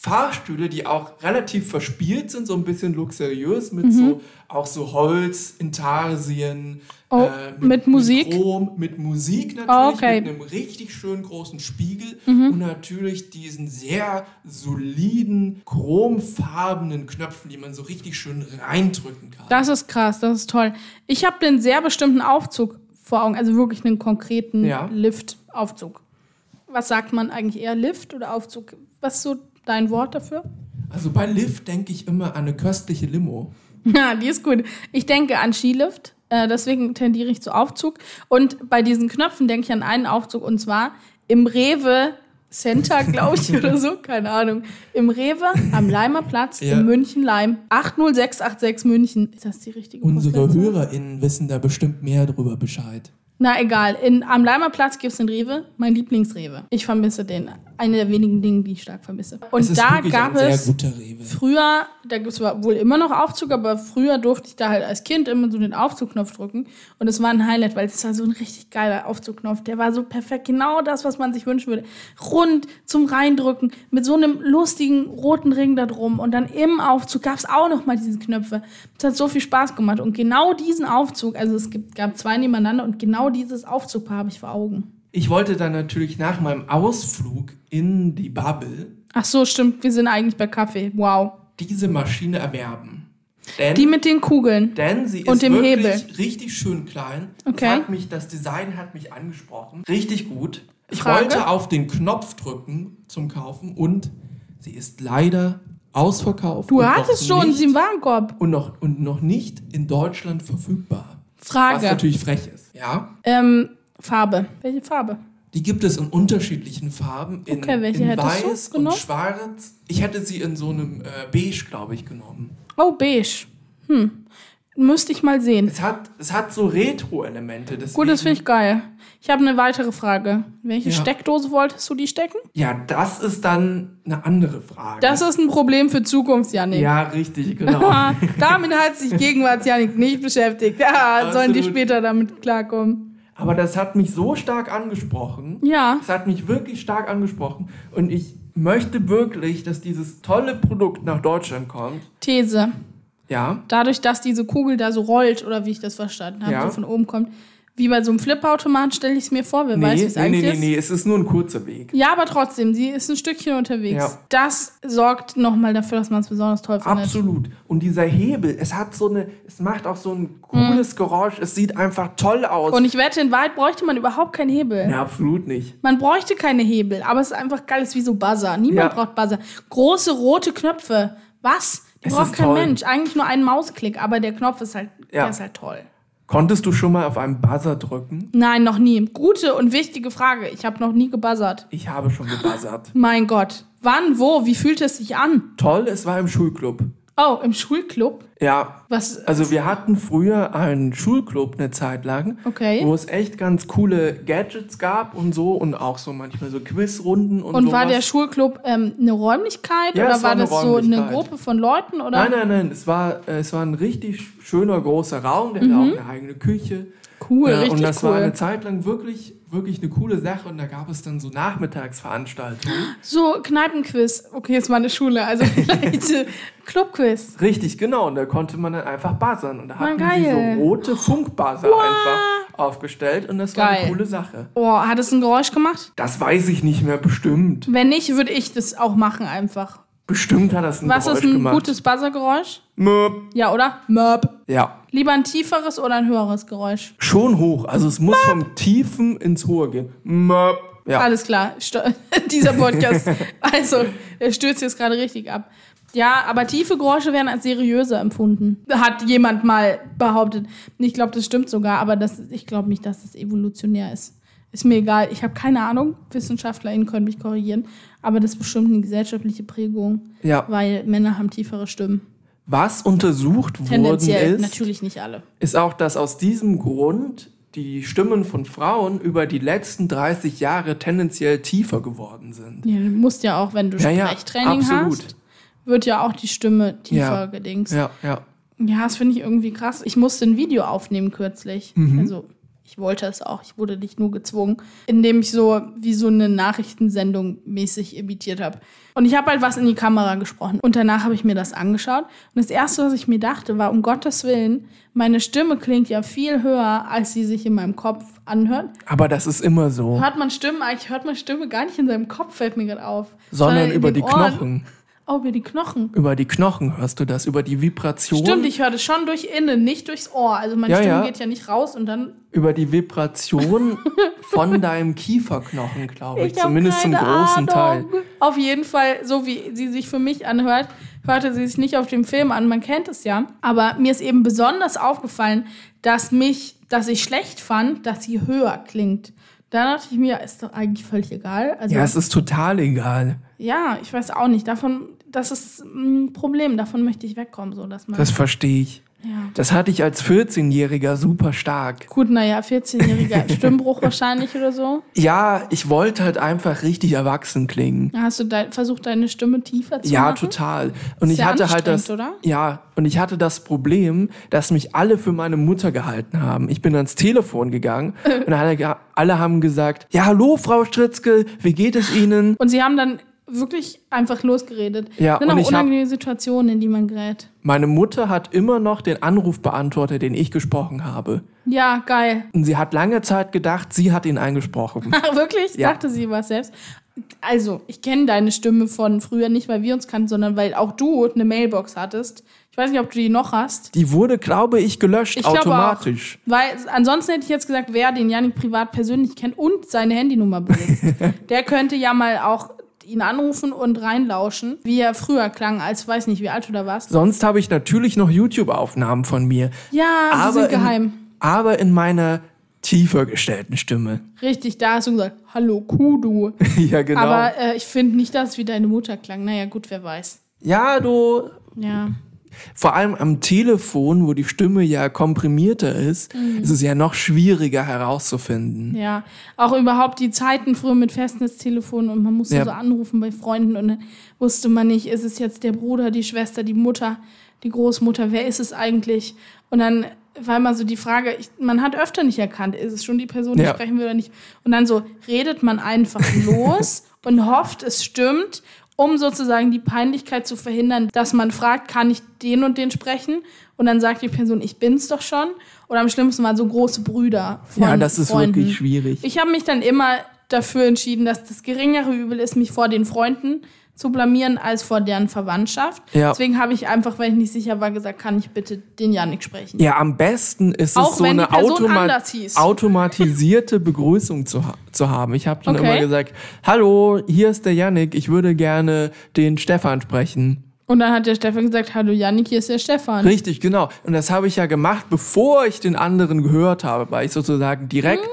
Speaker 2: OG-Fahrstühle, die auch relativ verspielt sind, so ein bisschen luxuriös,
Speaker 1: Mhm.
Speaker 2: mit so auch so Holz, Intarsien. äh,
Speaker 1: Oh, mit Musik?
Speaker 2: Mit Chrom, mit Musik natürlich,
Speaker 1: Ah, okay. Mhm.
Speaker 2: mit einem richtig schönen großen Spiegel und natürlich diesen sehr soliden, chromfarbenen Knöpfen, die man so richtig schön reindrücken kann.
Speaker 1: Das ist krass, das ist toll. Ich habe einen sehr bestimmten Aufzug vor Augen, also wirklich einen konkreten
Speaker 2: Ja.
Speaker 1: Lift-Aufzug. Was sagt man eigentlich eher, Lift oder Aufzug? Was ist so dein Wort dafür?
Speaker 2: Also bei Lift denke ich immer an eine köstliche Limo.
Speaker 1: Ja, die ist gut. Ich denke an Skilift, äh, deswegen tendiere ich zu Aufzug. Und bei diesen Knöpfen denke ich an einen Aufzug und zwar im Rewe Center, glaube ich, oder so, keine Ahnung. Im Rewe am Leimer Platz
Speaker 2: Ja.
Speaker 1: in München-Leim. 80686 München. Ist das die richtige
Speaker 2: Unsere
Speaker 1: Postleitzahl?
Speaker 2: HörerInnen wissen da bestimmt mehr drüber Bescheid.
Speaker 1: Na egal, in, am Leimer Platz gibt es den Rewe, mein Lieblingsrewe. Ich vermisse den. Eine der wenigen Dinge, die ich stark vermisse.
Speaker 2: es
Speaker 1: Und
Speaker 2: ist
Speaker 1: da
Speaker 2: wirklich
Speaker 1: gab
Speaker 2: ein
Speaker 1: es
Speaker 2: sehr guter Rewe.
Speaker 1: früher, da gibt es wohl immer noch Aufzug, aber früher durfte ich da halt als Kind immer so den Aufzugknopf drücken. Und es war ein Highlight, weil es war so ein richtig geiler Aufzugknopf. Der war so perfekt, genau das, was man sich wünschen würde. Rund zum Reindrücken, mit so einem lustigen roten Ring da drum. Und dann im Aufzug gab es auch nochmal diese Knöpfe. Es hat so viel Spaß gemacht. Und genau diesen Aufzug, also es gibt, gab zwei nebeneinander und genau dieses Aufzugpaar habe ich vor Augen.
Speaker 2: Ich wollte dann natürlich nach meinem Ausflug in die Bubble
Speaker 1: Ach so, stimmt, wir sind eigentlich bei Kaffee. Wow.
Speaker 2: diese Maschine erwerben. Denn,
Speaker 1: Die mit den Kugeln.
Speaker 2: denn sie ist
Speaker 1: und dem
Speaker 2: wirklich
Speaker 1: Hebel.
Speaker 2: richtig schön klein.
Speaker 1: Okay.
Speaker 2: Hat mich, das Design hat mich angesprochen. Richtig gut. Ich
Speaker 1: Frage?
Speaker 2: wollte auf den Knopf drücken zum Kaufen und sie ist leider ausverkauft.
Speaker 1: Du
Speaker 2: und noch
Speaker 1: hattest schon
Speaker 2: nicht-
Speaker 1: sie im Warenkorb.
Speaker 2: und noch, und noch nicht in Deutschland verfügbar. Was
Speaker 1: Frage.
Speaker 2: natürlich frech ist. Ja,
Speaker 1: Ähm, Farbe. Welche Farbe?
Speaker 2: die gibt es in unterschiedlichen Farben. In,
Speaker 1: Okay, welche
Speaker 2: in
Speaker 1: hättest du
Speaker 2: Weiß und
Speaker 1: genommen?
Speaker 2: Schwarz. Ich hätte sie in so einem äh, Beige, glaube ich, genommen.
Speaker 1: Oh, beige. Hm. Müsste ich mal sehen.
Speaker 2: Es hat, es hat so Retro-Elemente.
Speaker 1: Gut, das
Speaker 2: deswegen-
Speaker 1: finde ich geil. Ich habe eine weitere Frage. Welche
Speaker 2: Ja.
Speaker 1: Steckdose wolltest du die stecken?
Speaker 2: Ja, das ist dann eine andere Frage.
Speaker 1: Das ist ein Problem für Zukunft, Janik.
Speaker 2: ja, richtig, genau.
Speaker 1: Ah, Damit hat sich Gegenwart Janik nicht beschäftigt. Ja, sollen die
Speaker 2: Absolut.
Speaker 1: später damit klarkommen.
Speaker 2: Aber das hat mich so stark angesprochen.
Speaker 1: Ja.
Speaker 2: Es hat mich wirklich stark angesprochen. Und ich möchte wirklich, dass dieses tolle Produkt nach Deutschland kommt.
Speaker 1: These.
Speaker 2: Ja,
Speaker 1: Dadurch, dass diese Kugel da so rollt, oder wie ich das verstanden habe,
Speaker 2: Ja.
Speaker 1: so von oben kommt, wie bei so einem Flipautomaten stelle ich es mir vor, wer weiß, wie es
Speaker 2: nee, nee,
Speaker 1: eigentlich
Speaker 2: nee,
Speaker 1: ist.
Speaker 2: nee, es ist nur ein kurzer Weg.
Speaker 1: Ja, aber trotzdem, sie ist ein Stückchen unterwegs.
Speaker 2: Ja.
Speaker 1: Das sorgt nochmal dafür, dass man es besonders toll findet.
Speaker 2: Absolut. Und dieser Hebel, es hat so eine, es macht auch so ein cooles Geräusch. Es sieht einfach toll aus.
Speaker 1: Mhm. Und ich wette, in Wahrheit bräuchte man überhaupt keinen Hebel.
Speaker 2: ja, absolut nicht.
Speaker 1: Man bräuchte keine Hebel, aber es ist einfach geil, es ist wie so Buzzer. Niemand
Speaker 2: Ja.
Speaker 1: braucht Buzzer. Große rote Knöpfe. Was? Die
Speaker 2: Es
Speaker 1: braucht
Speaker 2: ist
Speaker 1: kein
Speaker 2: toll.
Speaker 1: Mensch. Eigentlich nur einen Mausklick, aber der Knopf ist halt,
Speaker 2: Ja.
Speaker 1: der ist halt toll.
Speaker 2: Konntest du schon mal auf einen Buzzer drücken?
Speaker 1: Nein, noch nie. Gute und wichtige Frage. Ich habe noch nie gebuzzert.
Speaker 2: Ich habe schon gebuzzert.
Speaker 1: Mein Gott. Wann, wo, wie fühlt es sich an?
Speaker 2: toll, es war im Schulclub.
Speaker 1: Oh, im Schulclub?
Speaker 2: Ja,
Speaker 1: Was?
Speaker 2: Also wir hatten früher einen Schulclub eine Zeit lang,
Speaker 1: Okay.
Speaker 2: wo es echt ganz coole Gadgets gab und so und auch so manchmal so Quizrunden und,
Speaker 1: Und
Speaker 2: sowas.
Speaker 1: war der Schulclub ähm, eine Räumlichkeit
Speaker 2: Ja,
Speaker 1: oder
Speaker 2: es war
Speaker 1: war
Speaker 2: eine
Speaker 1: das so eine
Speaker 2: Räumlichkeit.
Speaker 1: Gruppe von Leuten oder?
Speaker 2: Nein, nein, nein, es war, äh, es war ein richtig schöner großer Raum, der
Speaker 1: Mhm.
Speaker 2: hatte auch eine eigene Küche.
Speaker 1: Cool,
Speaker 2: Äh,
Speaker 1: richtig
Speaker 2: und das
Speaker 1: cool.
Speaker 2: war eine Zeit lang wirklich, wirklich eine coole Sache und da gab es dann so Nachmittagsveranstaltungen.
Speaker 1: So Kneipenquiz. Okay, es war eine Schule, also vielleicht äh, Clubquiz.
Speaker 2: Richtig, genau, und da konnte man dann einfach buzzern und da hatten
Speaker 1: geil.
Speaker 2: sie so rote Funkbuzzer einfach aufgestellt und das war
Speaker 1: Geil.
Speaker 2: eine coole Sache.
Speaker 1: Oh, hat es ein Geräusch gemacht?
Speaker 2: Das weiß ich nicht mehr bestimmt.
Speaker 1: Wenn nicht, würde ich das auch machen einfach.
Speaker 2: Bestimmt hat das ein
Speaker 1: Was
Speaker 2: Geräusch
Speaker 1: ist ein
Speaker 2: gemacht.
Speaker 1: gutes Buzzergeräusch?
Speaker 2: Möp.
Speaker 1: Ja, oder? Möb.
Speaker 2: Ja,
Speaker 1: Lieber ein tieferes oder ein höheres Geräusch?
Speaker 2: schon hoch. Also es muss vom Tiefen ins Hohe gehen. Möp. Ja,
Speaker 1: Alles klar, Sto dieser Podcast. Also, er stürzt jetzt gerade richtig ab. Ja, aber tiefe Geräusche werden als seriöser empfunden. Hat jemand mal behauptet. Ich glaube, das stimmt sogar, aber das, ich glaube nicht, dass das evolutionär ist. Ist mir egal. Ich habe keine Ahnung. WissenschaftlerInnen können mich korrigieren. Aber das ist bestimmt eine gesellschaftliche Prägung,
Speaker 2: ja.
Speaker 1: weil Männer haben tiefere Stimmen.
Speaker 2: Was untersucht worden
Speaker 1: Tendenziell
Speaker 2: ist,
Speaker 1: natürlich nicht alle.
Speaker 2: ist auch, dass aus diesem Grund die Stimmen von Frauen über die letzten 30 Jahre tendenziell tiefer geworden sind.
Speaker 1: Ja, du musst ja auch, wenn du
Speaker 2: Ja, ja,
Speaker 1: Sprechtraining
Speaker 2: absolut.
Speaker 1: hast, wird ja auch die Stimme tiefer
Speaker 2: Ja,
Speaker 1: gedingst.
Speaker 2: Ja, ja.
Speaker 1: Ja, das finde ich irgendwie krass. Ich musste ein Video aufnehmen kürzlich.
Speaker 2: Mhm.
Speaker 1: Also ich wollte es auch. Ich wurde nicht nur gezwungen, indem ich so wie so eine Nachrichtensendung mäßig imitiert habe. Und ich habe halt was in die Kamera gesprochen. Und danach habe ich mir das angeschaut. Und das Erste, was ich mir dachte, war, um Gottes Willen, meine Stimme klingt ja viel höher, als sie sich in meinem Kopf anhört.
Speaker 2: Aber das ist immer so.
Speaker 1: Hört man Stimmen, eigentlich hört man Stimme gar nicht in seinem Kopf, fällt mir gerade auf.
Speaker 2: Sondern
Speaker 1: in
Speaker 2: über
Speaker 1: den
Speaker 2: die
Speaker 1: Ohren.
Speaker 2: Knochen.
Speaker 1: Oh, über die Knochen.
Speaker 2: Über die Knochen hörst du das, über die Vibration.
Speaker 1: Stimmt, ich hörte schon durch innen, nicht durchs Ohr. Also meine
Speaker 2: Ja,
Speaker 1: Stimme
Speaker 2: ja.
Speaker 1: geht ja nicht raus und dann
Speaker 2: über die Vibration von deinem Kieferknochen, glaube ich.
Speaker 1: hab
Speaker 2: Zumindest zum
Speaker 1: keine
Speaker 2: großen Teil.
Speaker 1: Ahnung. Auf jeden Fall, so wie sie sich für mich anhört, hörte sie sich nicht auf dem Film an. Man kennt es ja. Aber mir ist eben besonders aufgefallen, dass mich, dass ich schlecht fand, dass sie höher klingt. Da dachte ich mir, ist doch eigentlich völlig egal. Also,
Speaker 2: Ja, es ist total egal.
Speaker 1: ja, ich weiß auch nicht. Davon, das ist ein Problem. Davon möchte ich wegkommen, so dass man.
Speaker 2: Das verstehe ich.
Speaker 1: ja.
Speaker 2: Das hatte ich als 14-Jähriger super stark.
Speaker 1: Gut, naja, 14-jähriger Stimmbruch wahrscheinlich oder so.
Speaker 2: Ja, ich wollte halt einfach richtig erwachsen klingen.
Speaker 1: Hast du dein- versucht, deine Stimme tiefer zu
Speaker 2: Ja,
Speaker 1: machen?
Speaker 2: total. Und
Speaker 1: Ist
Speaker 2: ich
Speaker 1: ja
Speaker 2: hatte halt das
Speaker 1: anstrengend,
Speaker 2: Ja, und ich hatte das Problem, dass mich alle für meine Mutter gehalten haben. Ich bin ans Telefon gegangen und alle, ge- alle haben gesagt: "Ja, hallo Frau Stritzke, wie geht es Ihnen?"
Speaker 1: Und sie haben dann wirklich einfach losgeredet.
Speaker 2: Ja,
Speaker 1: sind
Speaker 2: und
Speaker 1: auch
Speaker 2: ich hab-
Speaker 1: unangenehme Situationen, in die man gerät.
Speaker 2: Meine Mutter hat immer noch den Anruf beantwortet, den ich gesprochen habe.
Speaker 1: Ja, geil.
Speaker 2: Und sie hat lange Zeit gedacht, sie hat ihn eingesprochen.
Speaker 1: wirklich?
Speaker 2: Ja.
Speaker 1: Dachte sie was selbst. Also, ich kenne deine Stimme von früher nicht, weil wir uns kannten, sondern weil auch du eine Mailbox hattest. Ich weiß nicht, ob du die noch hast.
Speaker 2: Die wurde, glaube ich, gelöscht
Speaker 1: Ich glaube
Speaker 2: automatisch.
Speaker 1: Auch, weil ansonsten hätte ich jetzt gesagt, wer den Janik privat persönlich kennt und seine Handynummer besitzt, der könnte ja mal auch ihn anrufen und reinlauschen, wie er früher klang, als weiß nicht, wie alt du da warst.
Speaker 2: Sonst habe ich natürlich noch YouTube-Aufnahmen von mir.
Speaker 1: Ja, die
Speaker 2: aber
Speaker 1: sind geheim.
Speaker 2: In, aber in meiner tiefer gestellten Stimme.
Speaker 1: Richtig, da hast du gesagt, hallo Kudu.
Speaker 2: ja, genau.
Speaker 1: Aber äh, ich finde nicht, dass es wie deine Mutter klang. Naja, gut, wer weiß.
Speaker 2: ja, du,
Speaker 1: Ja.
Speaker 2: vor allem am Telefon, wo die Stimme ja komprimierter ist,
Speaker 1: Mhm.
Speaker 2: ist es ja noch schwieriger herauszufinden.
Speaker 1: Ja, auch überhaupt die Zeiten früher mit Festnetztelefonen und man musste
Speaker 2: Ja.
Speaker 1: so anrufen bei Freunden und dann wusste man nicht, ist es jetzt der Bruder, die Schwester, die Mutter, die Großmutter, wer ist es eigentlich? Und dann war immer so die Frage, ich, man hat öfter nicht erkannt, ist es schon die Person, die
Speaker 2: Ja.
Speaker 1: sprechen wir oder nicht? Und dann so redet man einfach los und hofft, es stimmt, um sozusagen die Peinlichkeit zu verhindern, dass man fragt, kann ich den und den sprechen? Und dann sagt die Person, ich bin's doch schon. Oder am schlimmsten waren so große Brüder. von
Speaker 2: ja, das ist
Speaker 1: Freunden.
Speaker 2: wirklich schwierig.
Speaker 1: Ich habe mich dann immer dafür entschieden, dass das geringere Übel ist, mich vor den Freunden zu blamieren, als vor deren Verwandtschaft.
Speaker 2: Ja.
Speaker 1: Deswegen habe ich einfach, weil ich nicht sicher war, gesagt, kann ich bitte den Janik sprechen.
Speaker 2: Ja, am besten ist es
Speaker 1: Auch
Speaker 2: so
Speaker 1: wenn die
Speaker 2: eine
Speaker 1: Person
Speaker 2: automa-
Speaker 1: anders hieß.
Speaker 2: automatisierte Begrüßung zu, ha zu haben. Ich habe dann
Speaker 1: Okay.
Speaker 2: immer gesagt, hallo, hier ist der Yannick, ich würde gerne den Stefan sprechen.
Speaker 1: Und dann hat der Stefan gesagt, hallo Janik, hier ist der Stefan.
Speaker 2: Richtig, genau. Und das habe ich ja gemacht, bevor ich den anderen gehört habe, weil ich sozusagen direkt,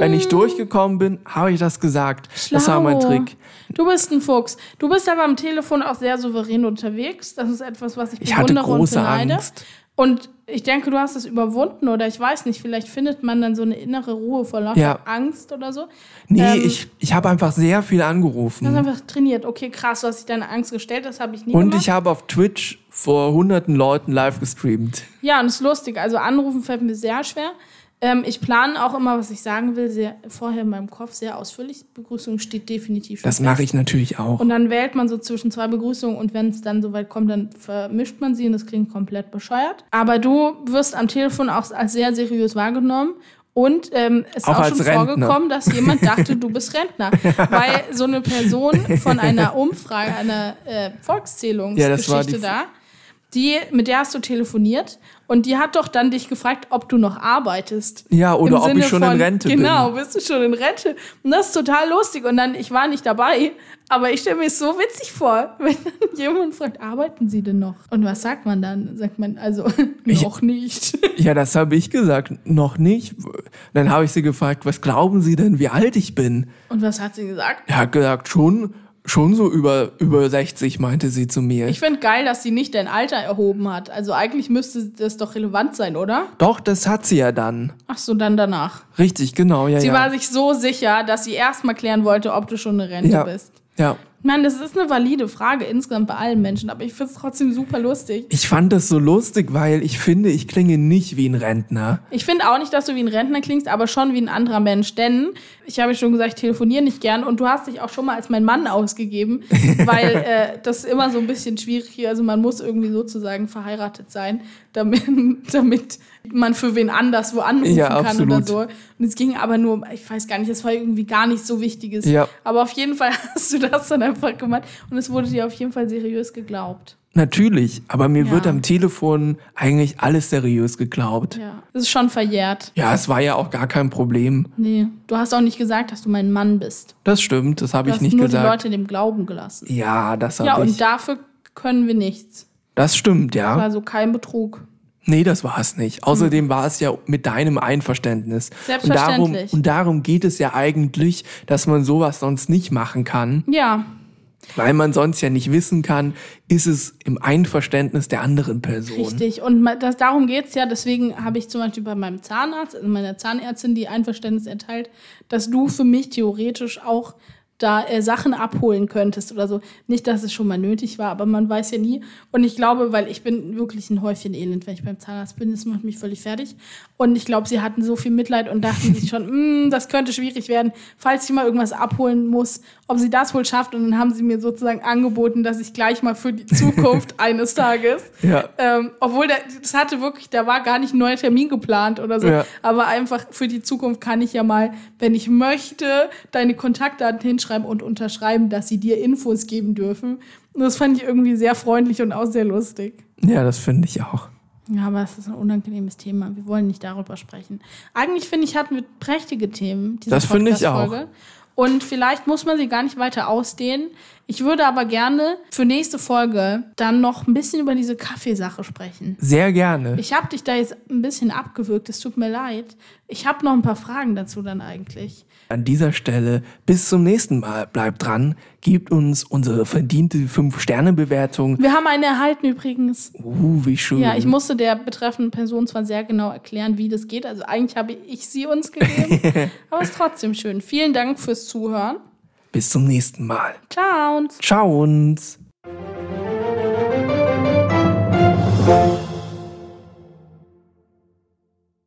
Speaker 2: wenn ich durchgekommen bin, habe ich das gesagt. Das war mein
Speaker 1: Mm. Schlau.
Speaker 2: Trick.
Speaker 1: Du bist ein Fuchs. Du bist aber am Telefon auch sehr souverän unterwegs. Das ist etwas, was ich,
Speaker 2: Ich hatte
Speaker 1: bewundere
Speaker 2: große
Speaker 1: und beneide.
Speaker 2: Angst.
Speaker 1: Und ich denke, du hast es überwunden oder ich weiß nicht, vielleicht findet man dann so eine innere Ruhe vor lauter
Speaker 2: Ja.
Speaker 1: Angst oder so.
Speaker 2: Nee,
Speaker 1: Ähm,
Speaker 2: ich, ich habe einfach sehr viel angerufen.
Speaker 1: Du hast einfach trainiert. Okay, krass, du hast dich deine Angst gestellt, das habe ich nie
Speaker 2: Und
Speaker 1: gemacht.
Speaker 2: ich habe auf Twitch vor hunderten Leuten live gestreamt.
Speaker 1: ja, und es ist lustig. Also anrufen fällt mir sehr schwer. Ähm, ich plane auch immer, was ich sagen will, sehr, vorher in meinem Kopf sehr ausführlich. Begrüßung steht definitiv schon
Speaker 2: Das mache ich natürlich auch.
Speaker 1: Und dann wählt man so zwischen zwei Begrüßungen und wenn es dann soweit kommt, dann vermischt man sie und das klingt komplett bescheuert. Aber du wirst am Telefon auch als sehr seriös wahrgenommen. Und ähm, es ist
Speaker 2: Auch
Speaker 1: auch
Speaker 2: als
Speaker 1: schon
Speaker 2: Rentner.
Speaker 1: vorgekommen, dass jemand dachte, du bist Rentner. Weil so eine Person von einer Umfrage, einer äh,
Speaker 2: Ja, das war die
Speaker 1: Volkszählungsgeschichte da, die, mit der hast du telefoniert und die hat doch dann dich gefragt, ob du noch arbeitest.
Speaker 2: Ja, oder
Speaker 1: Im
Speaker 2: ob ich
Speaker 1: Sinne
Speaker 2: schon in
Speaker 1: von,
Speaker 2: Rente bin.
Speaker 1: genau, Genau, bist du schon in Rente. Und das ist total lustig. Und dann, ich war nicht dabei, aber ich stelle mir es so witzig vor, wenn dann jemand fragt, arbeiten Sie denn noch? Und was sagt man dann? Sagt man, also, noch nicht.
Speaker 2: Ja, das habe ich gesagt. Noch nicht. Dann habe ich sie gefragt, was glauben Sie denn, wie alt ich bin?
Speaker 1: Und was hat sie gesagt?
Speaker 2: Er hat gesagt, schon, schon so über, über 60, meinte sie zu mir.
Speaker 1: Ich finde geil, dass sie nicht dein Alter erhoben hat. Also eigentlich müsste das doch relevant sein, oder?
Speaker 2: Doch, das hat sie ja dann.
Speaker 1: Ach so, dann danach.
Speaker 2: Richtig, genau, ja,
Speaker 1: Sie
Speaker 2: ja.
Speaker 1: war sich so sicher, dass sie erstmal klären wollte, ob du schon eine Rente
Speaker 2: ja.
Speaker 1: bist.
Speaker 2: ja.
Speaker 1: Ich meine, das ist eine valide Frage insgesamt bei allen Menschen, aber ich finde es trotzdem super lustig.
Speaker 2: Ich fand das so lustig, weil ich finde, ich klinge nicht wie ein Rentner.
Speaker 1: Ich finde auch nicht, dass du wie ein Rentner klingst, aber schon wie ein anderer Mensch. Denn ich habe ja schon gesagt, ich telefoniere nicht gern und du hast dich auch schon mal als mein Mann ausgegeben, weil äh, das ist immer so ein bisschen schwierig hier. Also man muss irgendwie sozusagen verheiratet sein, damit, damit man für wen anders wo anrufen
Speaker 2: Ja,
Speaker 1: kann
Speaker 2: absolut.
Speaker 1: oder so. Und es ging aber nur, um- ich weiß gar nicht, es war irgendwie gar nicht so wichtiges.
Speaker 2: Ja.
Speaker 1: Aber auf jeden Fall hast du das dann einfach gemacht und es wurde dir auf jeden Fall seriös geglaubt.
Speaker 2: Natürlich, aber mir
Speaker 1: Ja.
Speaker 2: wird am Telefon eigentlich alles seriös geglaubt.
Speaker 1: Ja, es ist schon verjährt.
Speaker 2: Ja, es war ja auch gar kein Problem.
Speaker 1: Nee, du hast auch nicht gesagt, dass du mein Mann bist.
Speaker 2: Das stimmt, das habe
Speaker 1: Du
Speaker 2: ich
Speaker 1: hast
Speaker 2: nicht
Speaker 1: nur die
Speaker 2: gesagt.
Speaker 1: Leute dem Glauben gelassen.
Speaker 2: Ja, das habe
Speaker 1: Ja,
Speaker 2: ich.
Speaker 1: und dafür können wir nichts.
Speaker 2: das stimmt, ja.
Speaker 1: Also kein Betrug.
Speaker 2: Nee, das war es nicht.
Speaker 1: Hm.
Speaker 2: Außerdem war es ja mit deinem Einverständnis. Und darum,
Speaker 1: Selbstverständlich.
Speaker 2: und darum geht es ja eigentlich, dass man sowas sonst nicht machen kann,
Speaker 1: Ja,
Speaker 2: weil man sonst ja nicht wissen kann, ist es im Einverständnis der anderen Person.
Speaker 1: richtig. Und ma- das, darum geht es ja. Deswegen habe ich zum Beispiel bei meinem Zahnarzt, also meiner Zahnärztin, die Einverständnis erteilt, dass du für mich theoretisch auch da äh, Sachen abholen könntest oder so. Nicht, dass es schon mal nötig war, aber man weiß ja nie. Und ich glaube, weil ich bin wirklich ein Häufchen elend, wenn ich beim Zahnarzt bin, das macht mich völlig fertig. Und ich glaube, sie hatten so viel Mitleid und dachten sich schon, "Mm, das könnte schwierig werden, falls ich mal irgendwas abholen muss, ob sie das wohl schafft. Und dann haben sie mir sozusagen angeboten, dass ich gleich mal für die Zukunft eines Tages,
Speaker 2: Ja.
Speaker 1: ähm, obwohl da, das hatte wirklich, da war gar nicht ein neuer Termin geplant oder so,
Speaker 2: Ja.
Speaker 1: aber einfach für die Zukunft kann ich ja mal, wenn ich möchte, deine Kontaktdaten hinschreiben und unterschreiben, dass sie dir Infos geben dürfen. Und das fand ich irgendwie sehr freundlich und auch sehr lustig.
Speaker 2: Ja, das finde ich auch.
Speaker 1: Ja, aber es ist ein unangenehmes Thema. Wir wollen nicht darüber sprechen. Eigentlich finde ich, hatten wir prächtige Themen. Diese
Speaker 2: Das finde ich auch.
Speaker 1: Podcast-Folge. Und vielleicht muss man sie gar nicht weiter ausdehnen. Ich würde aber gerne für nächste Folge dann noch ein bisschen über diese Kaffeesache sprechen.
Speaker 2: Sehr gerne.
Speaker 1: Ich habe dich da jetzt ein bisschen abgewürgt, es tut mir leid. Ich habe noch ein paar Fragen dazu dann eigentlich.
Speaker 2: An dieser Stelle bis zum nächsten Mal. Bleibt dran, gebt uns unsere verdiente 5-Sterne-Bewertung.
Speaker 1: Wir haben eine erhalten übrigens.
Speaker 2: Uh, wie schön.
Speaker 1: Ja, ich musste der betreffenden Person zwar sehr genau erklären, wie das geht. Also eigentlich habe ich sie uns gegeben, aber es ist trotzdem schön. Vielen Dank fürs Zuhören.
Speaker 2: Bis zum nächsten Mal.
Speaker 1: Ciao.
Speaker 2: Ciao und.